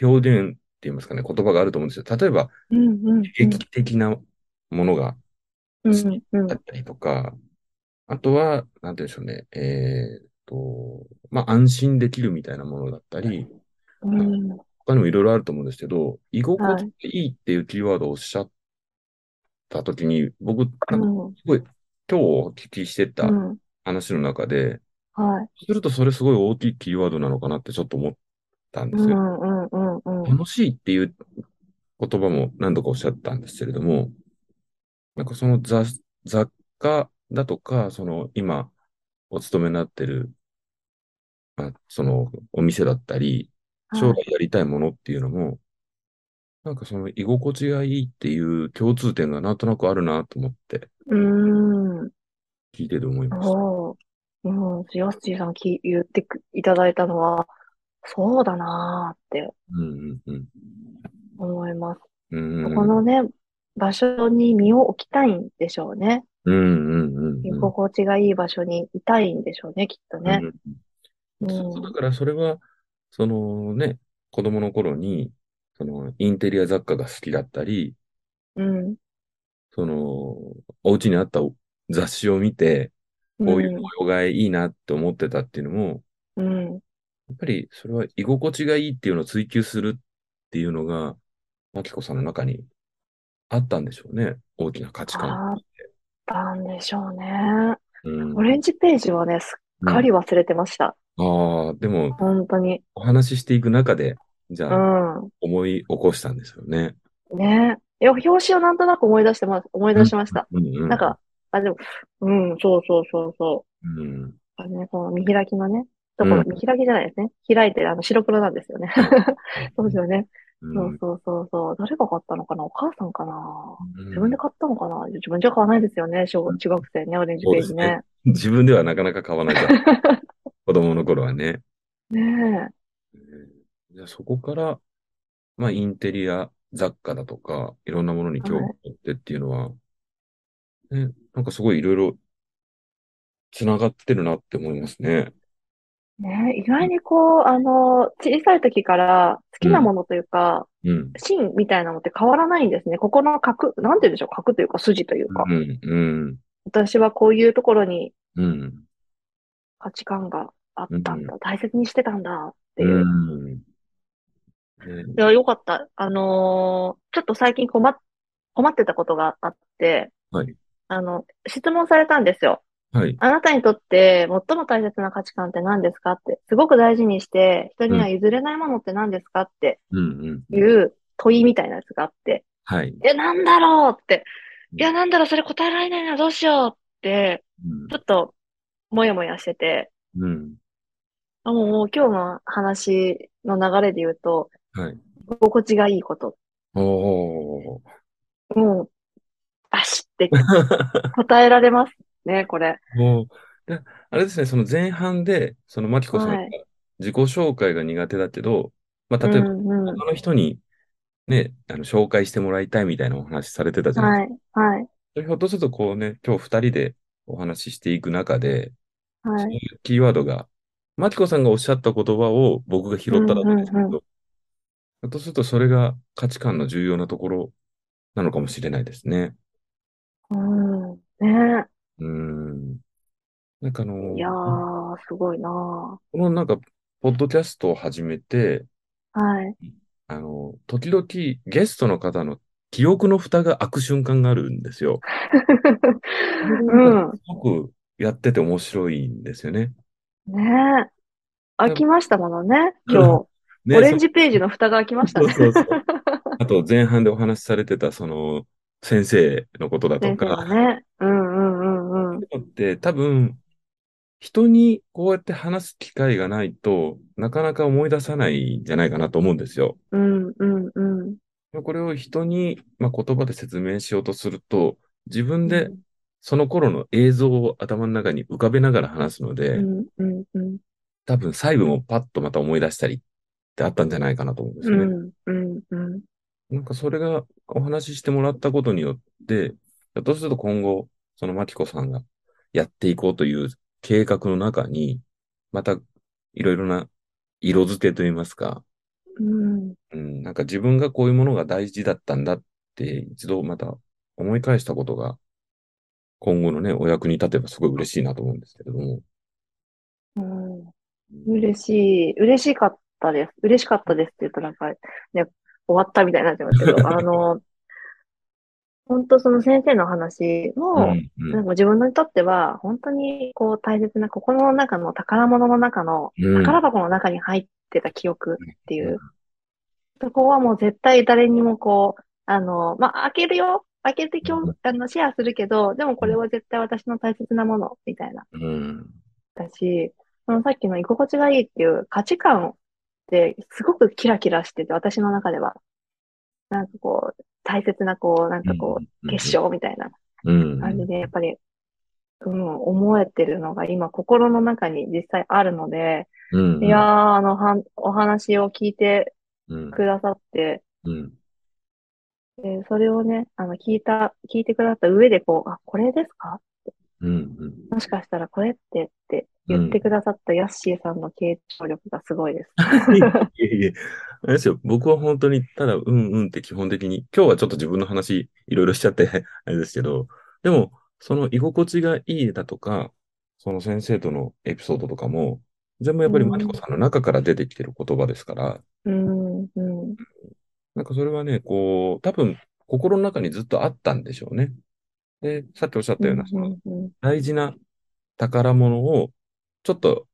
Speaker 1: 表現って言いますかね、言葉があると思うんですよ。例えば、
Speaker 2: うん、うん、
Speaker 1: 刺激的なものが
Speaker 2: うん、うん。
Speaker 1: あったりとか、あとは、なんて言うんでしょうね、えーっと、まあ、安心できるみたいなものだったり、
Speaker 2: うん、
Speaker 1: 他にもいろいろあると思うんですけど、居心
Speaker 2: は
Speaker 1: 地
Speaker 2: い
Speaker 1: がいいっていうキーワードをおっしゃったときに、僕、
Speaker 2: う
Speaker 1: なんか
Speaker 2: ん、
Speaker 1: すごい、今日お聞きしてた
Speaker 2: うん。
Speaker 1: 話の中で、
Speaker 2: はい。
Speaker 1: するとそれすごい大きいキーワードなのかなってちょっと思ったんで
Speaker 2: う
Speaker 1: すよ。
Speaker 2: ん、うん、うん、うん。
Speaker 1: 楽しいっていう言葉も何度かおっしゃったんですけれども、なんかその雑雑貨だとか、その今お勤めになってる、あ、そのお店だったり、将
Speaker 2: はい
Speaker 1: 来やりたいものっていうのも、なんかその居心地がいいっていう共通点がなんとなくあるなと思って
Speaker 2: うーん。
Speaker 1: 聞いてて思いました。
Speaker 2: おー。うん。ヨッシーさんき言ってくいただいたのは、そうだなーって
Speaker 1: うんうん
Speaker 2: 思います。
Speaker 1: うん。う
Speaker 2: そ
Speaker 1: ん
Speaker 2: このね、場所に身を置きたいんでしょうね。
Speaker 1: うんうんうん
Speaker 2: 居
Speaker 1: うん。
Speaker 2: 心地がいい場所にいたいんでしょうね、きっとね。
Speaker 1: うん
Speaker 2: うん
Speaker 1: そうだからそれは、そのね、子供の頃に、そのインテリア雑貨が好きだったり、
Speaker 2: うん。
Speaker 1: その、お家にあった雑誌を見て、こういう模様替えいいなって思ってたっていうのも、
Speaker 2: うん。うん。
Speaker 1: やっぱりそれは居心地がいいっていうのを追求するっていうのが、マキコさんの中にあったんでしょうね。大きな価値観。
Speaker 2: あったんでしょうね。
Speaker 1: うん
Speaker 2: オレンジページはね、すっかり忘れてました。
Speaker 1: ああ、でも、
Speaker 2: 本当に。
Speaker 1: お話ししていく中で、じ
Speaker 2: う
Speaker 1: ゃあ、
Speaker 2: ん。
Speaker 1: 思い起こしたんですよね。
Speaker 2: ねえ。いや、表紙をなんとなく思い出してます、思い出しました。
Speaker 1: うんうん。
Speaker 2: なんか、あ、でも、うん、そうそうそうそ
Speaker 1: うん。
Speaker 2: う。あのね、この見開きのね、ところ、
Speaker 1: うん
Speaker 2: 見開きじゃないですね。開いてる、あの、白黒なんですよね。 そうですよね。
Speaker 1: うん
Speaker 2: そうそうそうそう。誰が買ったのかなお母さんかな自分で買ったのかな自分じゃ買わないですよね。小、中学生ね、オレンジページね。
Speaker 1: 自分ではなかなか買わなかった。 子供の頃はね。
Speaker 2: ね
Speaker 1: じゃあそこから、まあ、インテリア雑貨だとか、いろんなものに興味を持ってっていうのは、ね、なんかすごいいろいろつながってるなって思いますね。
Speaker 2: ね、意外にこう、あの、小さい時から好きなものというか、
Speaker 1: うん。
Speaker 2: 芯みたいなのって変わらないんですね。ここの核、なんて言うんでしょう、核というか筋というか、
Speaker 1: うん。うん。
Speaker 2: 私はこういうところに
Speaker 1: うん。
Speaker 2: 価値観があったん
Speaker 1: う
Speaker 2: だ、大切にしてたんだっていう。
Speaker 1: うん。ね
Speaker 2: いや、よかった。あのーちょっと最近困っ、困ってたことがあって、
Speaker 1: はい
Speaker 2: あの、質問されたんですよ。
Speaker 1: はい。
Speaker 2: あなたにとって最も大切な価値観って何ですかって、すごく大事にして、人には譲れないものって何ですかって
Speaker 1: うん。うん。
Speaker 2: いう問いみたいなやつがあって、
Speaker 1: はい。
Speaker 2: え、なんだろうって、
Speaker 1: うん
Speaker 2: いや、なんだろう、それ答えられないな、どうしようって、
Speaker 1: うん
Speaker 2: ちょっと、もやもやしてて、
Speaker 1: うん。
Speaker 2: あもう、もう今日の話の流れで言うと、
Speaker 1: はい。
Speaker 2: 心地がいいこと。
Speaker 1: おー。
Speaker 2: もう、バシッて答えられますね、これ。
Speaker 1: もう、であれですね、その前半で、そのマキコさんが
Speaker 2: はい
Speaker 1: 自己紹介が苦手だけど、まあ、
Speaker 2: う
Speaker 1: 例えば、
Speaker 2: んうん。
Speaker 1: 他の人にね、あの、紹介してもらいたいみたいなお話されてたじゃない
Speaker 2: はい、はい、
Speaker 1: ですか。ひょっとすると、こうね、今日二人でお話ししていく中で、
Speaker 2: は
Speaker 1: そう
Speaker 2: い。
Speaker 1: いうキーワードが、マキコさんがおっしゃった言葉を僕が拾っただけですけ
Speaker 2: うんうんう
Speaker 1: ど、ひょっとするとそれが価値観の重要なところなのかもしれないですね。
Speaker 2: うん。ね
Speaker 1: うーん。なんかあの、
Speaker 2: いやー、すごいな
Speaker 1: こ
Speaker 2: ー
Speaker 1: のなんか、ポッドキャストを始めて、
Speaker 2: はい。
Speaker 1: あの、時々ゲストの方の記憶の蓋が開く瞬間があるんですよ。
Speaker 2: うん。
Speaker 1: すごくやってて面白いんですよね。
Speaker 2: ねえ。開きましたものね、
Speaker 1: うん
Speaker 2: 今日。
Speaker 1: ね、
Speaker 2: オレンジページの蓋が開きました
Speaker 1: そう
Speaker 2: ね。
Speaker 1: そうそうそう。あと、前半でお話しされてた、その、先生のことだと
Speaker 2: 先生の
Speaker 1: か、
Speaker 2: ね。うんうんうんうん。
Speaker 1: そういうのって多分、人にこうやって話す機会がないとなかなか思い出さないんじゃないかなと思うんですよ。
Speaker 2: うんうんうん。
Speaker 1: これを人に、まあ、言葉で説明しようとすると、自分で
Speaker 2: うん
Speaker 1: その頃の映像を頭の中に浮かべながら話すので、
Speaker 2: うんうんうん。
Speaker 1: 多分細部もパッとまた思い出したりってあったんじゃないかなと思うんです
Speaker 2: う
Speaker 1: よね。
Speaker 2: んうんうん。
Speaker 1: なんかそれがお話ししてもらったことによって、ひょっとすると今後、そのマキコさんがやっていこうという計画の中に、またいろいろな色付けといいますか、
Speaker 2: うん
Speaker 1: うん、なんか自分がこういうものが大事だったんだって一度また思い返したことが、今後のね、お役に立てばすごい嬉しいなと思うんですけれども。
Speaker 2: うん。嬉しい。嬉しかったです。嬉しかったですって言うとなんか、ね、終わったみたいになっちゃいます けど、あの、本当その先生の話
Speaker 1: う
Speaker 2: も、
Speaker 1: ん、う
Speaker 2: なん
Speaker 1: ん、
Speaker 2: か自分にとっては、本当にこう大切な心の中の宝物の中の、
Speaker 1: うん、
Speaker 2: 宝箱の中に入ってた記憶っていうう。そこはもう絶対誰にもこう、あの、まあ、開けるよ。開けて今
Speaker 1: う
Speaker 2: 日、あの、シェアするけど、でもこれは絶対私の大切なもの、みたいな。
Speaker 1: うん、
Speaker 2: だし、そのさっきの居心地がいいっていう価値観ってすごくキラキラしてて、私の中では。なんかこう、大切なこう、なんかこう、結晶みたいな
Speaker 1: うん、
Speaker 2: 感じで、やっぱり、うん、思えてるのが今心の中に実際あるので、
Speaker 1: うん、
Speaker 2: いやー、あの、はんお話を聞いて
Speaker 1: うん、
Speaker 2: くださって、
Speaker 1: うん、
Speaker 2: でそれをね、あの、聞いた、聞いてくださった上で、こう、あ、これですか
Speaker 1: うん、うん。
Speaker 2: もしかしたらこれってって言ってくださったヤッシーさんの傾聴力がすごいです。
Speaker 1: いえいえ、あれですよ、僕は本当にただうんうんって基本的に、今日はちょっと自分の話いろいろしちゃってあれですけど、でも、その居心地がいいだとか、その先生とのエピソードとかも、全部やっぱり
Speaker 2: うん
Speaker 1: マリコさんの中から出てきてる言葉ですから、
Speaker 2: うん、うん。
Speaker 1: なんかそれはね、こう、多分心の中にずっとあったんでしょうね。で、さっきおっしゃったような、その
Speaker 2: うん
Speaker 1: 大事な宝物をちょっと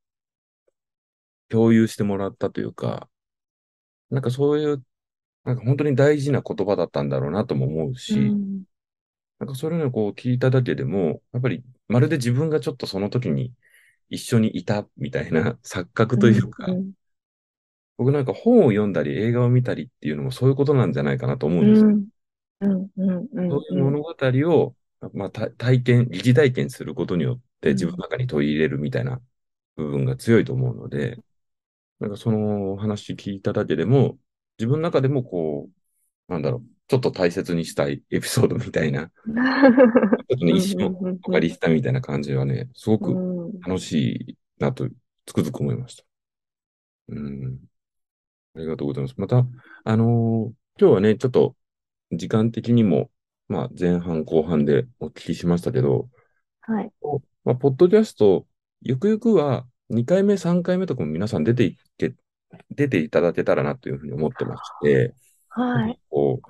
Speaker 1: 共有してもらったというか、なんかそういう、なんか本当に大事な言葉だったんだろうなとも思う
Speaker 2: う
Speaker 1: し、
Speaker 2: ん
Speaker 1: なんかそれをこう聞いただけでも、やっぱりまるで自分がちょっとその時に一緒にいたみたいな錯覚というか、
Speaker 2: うん
Speaker 1: 僕なんか本を読んだり映画を見たりっていうのもそういうことなんじゃないかなと思う
Speaker 2: うん
Speaker 1: ですよ。
Speaker 2: んうんうんうん
Speaker 1: そういう物語を、まあ、た体験、疑似体験することによって
Speaker 2: うん
Speaker 1: 自分の中に取り入れるみたいな部分が強いと思うので、なんかそのお話聞いただけでも、自分の中でもこう、なんだろう、ちょっと大切にしたいエピソードみたいな、ちょっとね、一生
Speaker 2: うんうん
Speaker 1: お借りしたみたいな感じはね、すご
Speaker 2: う
Speaker 1: く
Speaker 2: んうん
Speaker 1: 楽しいなと、つくづく思いました。うん。ありがとうございます。また、あのー今日はね、ちょっと時間的にも、まあ、前半後半でお聞きしましたけど、
Speaker 2: はい。
Speaker 1: まあ、ポッドキャスト、ゆくゆくは2回目、3回目とかも皆さん出ていけ、出ていただけたらなというふうに思ってまして、
Speaker 2: はい。
Speaker 1: こう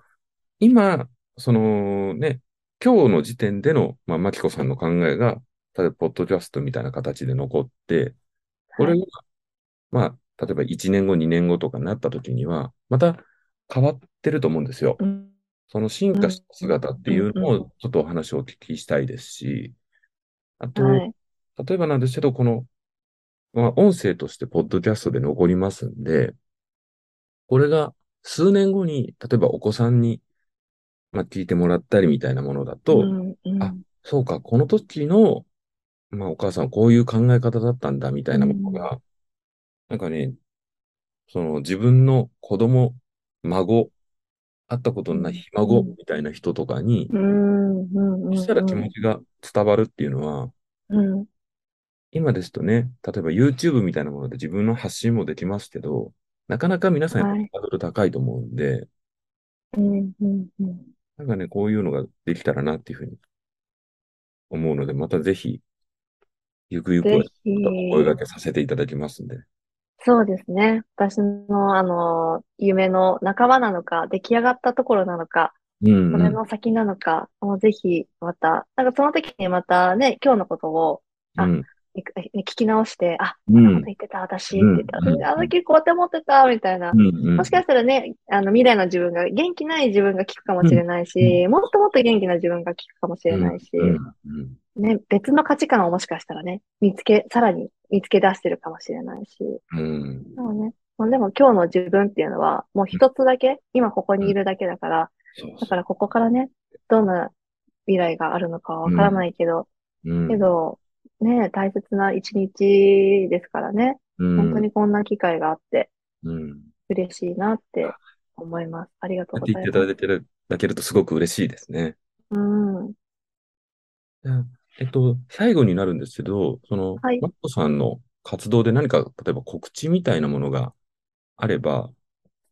Speaker 1: 今、そのね、今日の時点での、まあ、マキコさんの考えが、例えば、ポッドキャストみたいな形で残って、これが、まあ、例えば1年後、2年後とかになった時には、また変わってると思うんですよ。
Speaker 2: うん
Speaker 1: その進化した姿っていうのを、ちょっとお話をお聞きしたいですし、あと、
Speaker 2: はい。
Speaker 1: 例えばなんですけど、この、まあ、音声としてポッドキャストで残りますんで、これが数年後に、例えばお子さんに、まあ、聞いてもらったりみたいなものだと、
Speaker 2: うんうん
Speaker 1: あそうか、この時の、まあ、お母さんはこういう考え方だったんだみたいなものが、なんかね、その自分の子供、孫、会ったことのないひ孫
Speaker 2: うん
Speaker 1: みたいな人とかに、
Speaker 2: うんうんうん
Speaker 1: そしたら気持ちが伝わるっていうのは、
Speaker 2: うん
Speaker 1: 今ですとね、例えば YouTube みたいなもので自分の発信もできますけど、なかなか皆さんやっぱ
Speaker 2: はい
Speaker 1: ハードル高いと思うんで、
Speaker 2: うんうんうん
Speaker 1: なんかね、こういうのができたらなっていうふうに思うので、またぜひ、ゆくゆく
Speaker 2: ぜ
Speaker 1: は
Speaker 2: ひ、
Speaker 1: またお声掛けさせていただきますんで。
Speaker 2: そうですね。私の、あの、夢の半ばなのか、出来上がったところなのか、
Speaker 1: うん、
Speaker 2: それの先なのか、もうぜひ、また、なんかその時にまたね、今日のことを
Speaker 1: う
Speaker 2: あ
Speaker 1: ん、
Speaker 2: いくね聞き直して、あ、
Speaker 1: う
Speaker 2: こんなこ
Speaker 1: ん
Speaker 2: と、言ってた、私、って
Speaker 1: うん
Speaker 2: 言った、
Speaker 1: うん
Speaker 2: あの時こうやって思ってた、みたいな。
Speaker 1: うん、
Speaker 2: もしかしたらね、あの、未来の自分が、元気ない自分が聞くかもしれないし、もっともっと元気な自分が聞くかもしれないし、
Speaker 1: うんうん
Speaker 2: ね、別の価値観をもしかしたらね、見つけ、さらに見つけ出してるかもしれないし。
Speaker 1: うん、
Speaker 2: そうね。まあでも今日の自分っていうのは、もう一つだけ、今ここにいるだけだから、
Speaker 1: そう
Speaker 2: だ
Speaker 1: そ
Speaker 2: か
Speaker 1: う。
Speaker 2: らここからね、どんな未来があるのかはわからないけど、
Speaker 1: うん
Speaker 2: けど、ね、大切な一日ですからね、
Speaker 1: うん
Speaker 2: 本当にこんな機会があって、
Speaker 1: うん。
Speaker 2: 嬉しいなって思います。ありがと
Speaker 1: や
Speaker 2: う
Speaker 1: っ
Speaker 2: ご
Speaker 1: てい
Speaker 2: ざい
Speaker 1: た
Speaker 2: ます。
Speaker 1: だける、だけるとすごく嬉しいですね。
Speaker 2: うん。
Speaker 1: えっと、最後になるんですけど、その、
Speaker 2: はい
Speaker 1: マットさんの活動で何か、例えば告知みたいなものがあれば、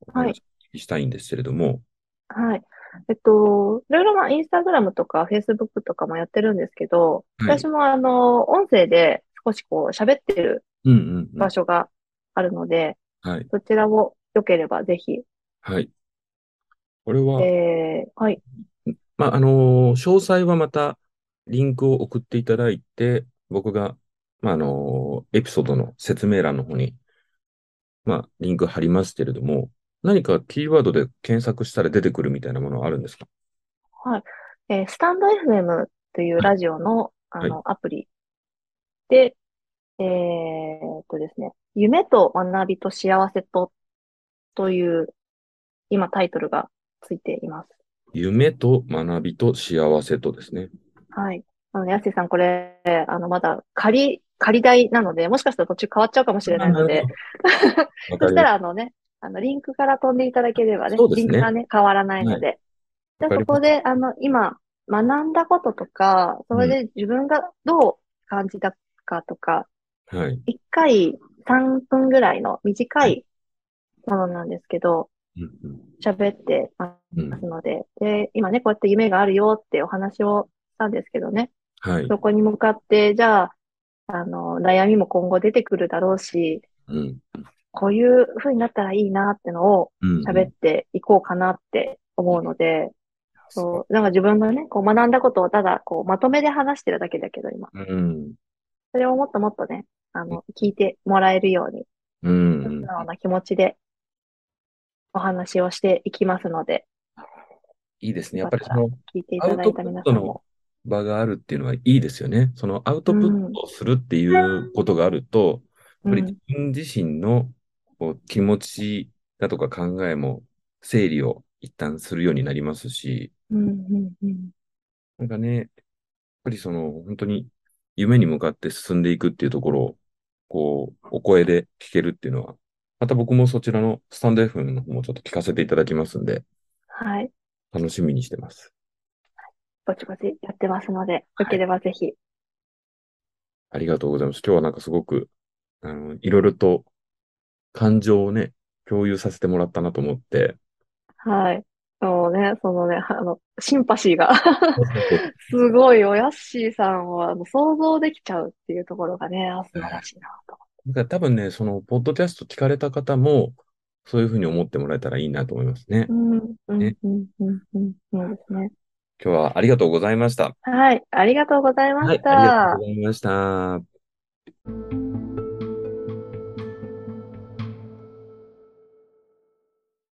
Speaker 1: お
Speaker 2: はい
Speaker 1: 話ししたいんですけれども、
Speaker 2: はい。えっと、いろいろまあ、インスタグラムとか、フェイスブックとかもやってるんですけど、
Speaker 1: はい
Speaker 2: 私もあの、音声で少しこう、喋ってる
Speaker 1: うんうんうん
Speaker 2: 場所があるので、
Speaker 1: はい。
Speaker 2: そちらを良ければぜひ、
Speaker 1: はい。これは、
Speaker 2: えー、はい、
Speaker 1: まあ、あのー詳細はまた、リンクを送っていただいて、僕が、まあ、あのーエピソードの説明欄の方に、まあ、リンク貼りますけれども、何かキーワードで検索したら出てくるみたいなものはあるんですか
Speaker 2: えースタンド FM というラジオの、
Speaker 1: はい
Speaker 2: あの、アプリで、えーっとですね、夢と学びと幸せとという、今タイトルがついています。
Speaker 1: 夢と学びと幸せとですね。
Speaker 2: はい。あの、やすいさん、これ、あの、まだ仮、仮代なので、もしかしたら途中変わっちゃうかもしれないので、
Speaker 1: わか
Speaker 2: そ
Speaker 1: り
Speaker 2: した
Speaker 1: ま
Speaker 2: ら、あのね、あの、リンクから飛んでいただければね、
Speaker 1: そうです
Speaker 2: リ
Speaker 1: ね
Speaker 2: ンクがね、変わらないので。じゃ
Speaker 1: わ
Speaker 2: あ、
Speaker 1: かり
Speaker 2: そこで、あの、今、学んだこととか、それで自分がどう感じたかとか、
Speaker 1: す。はい。
Speaker 2: 1回3分ぐらいの短いものなんですけど、
Speaker 1: うん
Speaker 2: 喋ってま
Speaker 1: うんうん
Speaker 2: すので、で、今ね、こうやって夢があるよってお話をしたんですけどね、
Speaker 1: はい。
Speaker 2: そこに向かって、じゃあ、あの、悩みも今後出てくるだろうし、
Speaker 1: うん
Speaker 2: こういう風になったらいいなってのを
Speaker 1: うん
Speaker 2: 喋っていこうかなって思うので、
Speaker 1: そ
Speaker 2: そう、なんか自分のね、こう学んだことをただ、こう、まとめで話してるだけだけど、今。
Speaker 1: う。うん。
Speaker 2: それをもっともっとね、あの、聞いてもらえるように、
Speaker 1: うん
Speaker 2: 素
Speaker 1: うん。
Speaker 2: 直な気持ちでお話をしていきますので、
Speaker 1: いいですね。やっぱりその
Speaker 2: 聞いてい
Speaker 1: ア
Speaker 2: た
Speaker 1: ウ
Speaker 2: だ
Speaker 1: ト
Speaker 2: い
Speaker 1: プ
Speaker 2: た皆
Speaker 1: ッ
Speaker 2: さ
Speaker 1: ト
Speaker 2: ん
Speaker 1: の
Speaker 2: も。
Speaker 1: 場があるっていうのはいいですよね。そのアウトプットをするっていうことがあると、やっぱり自分自身のこう気持ちだとか考えも整理を一旦するようになりますし、
Speaker 2: うん、うん、うん、
Speaker 1: なんかね、やっぱりその、本当に夢に向かって進んでいくっていうところを、こう、お声で聞けるっていうのは、また僕もそちらのスタンド FM の方もちょっと聞かせていただきますんで、
Speaker 2: はい。
Speaker 1: 楽しみにしてます。
Speaker 2: ぼちぼちやってますので、よ
Speaker 1: は
Speaker 2: け
Speaker 1: い。
Speaker 2: ればぜひ。
Speaker 1: ありがとうございます。今日はなんかすごく、あの、いろいろと感情をね、共有させてもらったなと思って、
Speaker 2: はい。もうね、そのね、あの、シンパシーが
Speaker 1: そうそうそう
Speaker 2: すごい、おやっしーさんをあの想像できちゃうっていうところがね、あ素晴らしいなと。
Speaker 1: だから多分ね、その、ポッドキャスト聞かれた方も、そういうふうに思ってもらえたらいいなと思いますね。
Speaker 2: うん、うん、
Speaker 1: ね。
Speaker 2: うん、うん、うん、そうですね。
Speaker 1: 今日はありがとうございました。
Speaker 2: はい。ありがとうございま
Speaker 1: は
Speaker 2: し
Speaker 1: い、ありがとうご
Speaker 2: た。
Speaker 1: ざいました。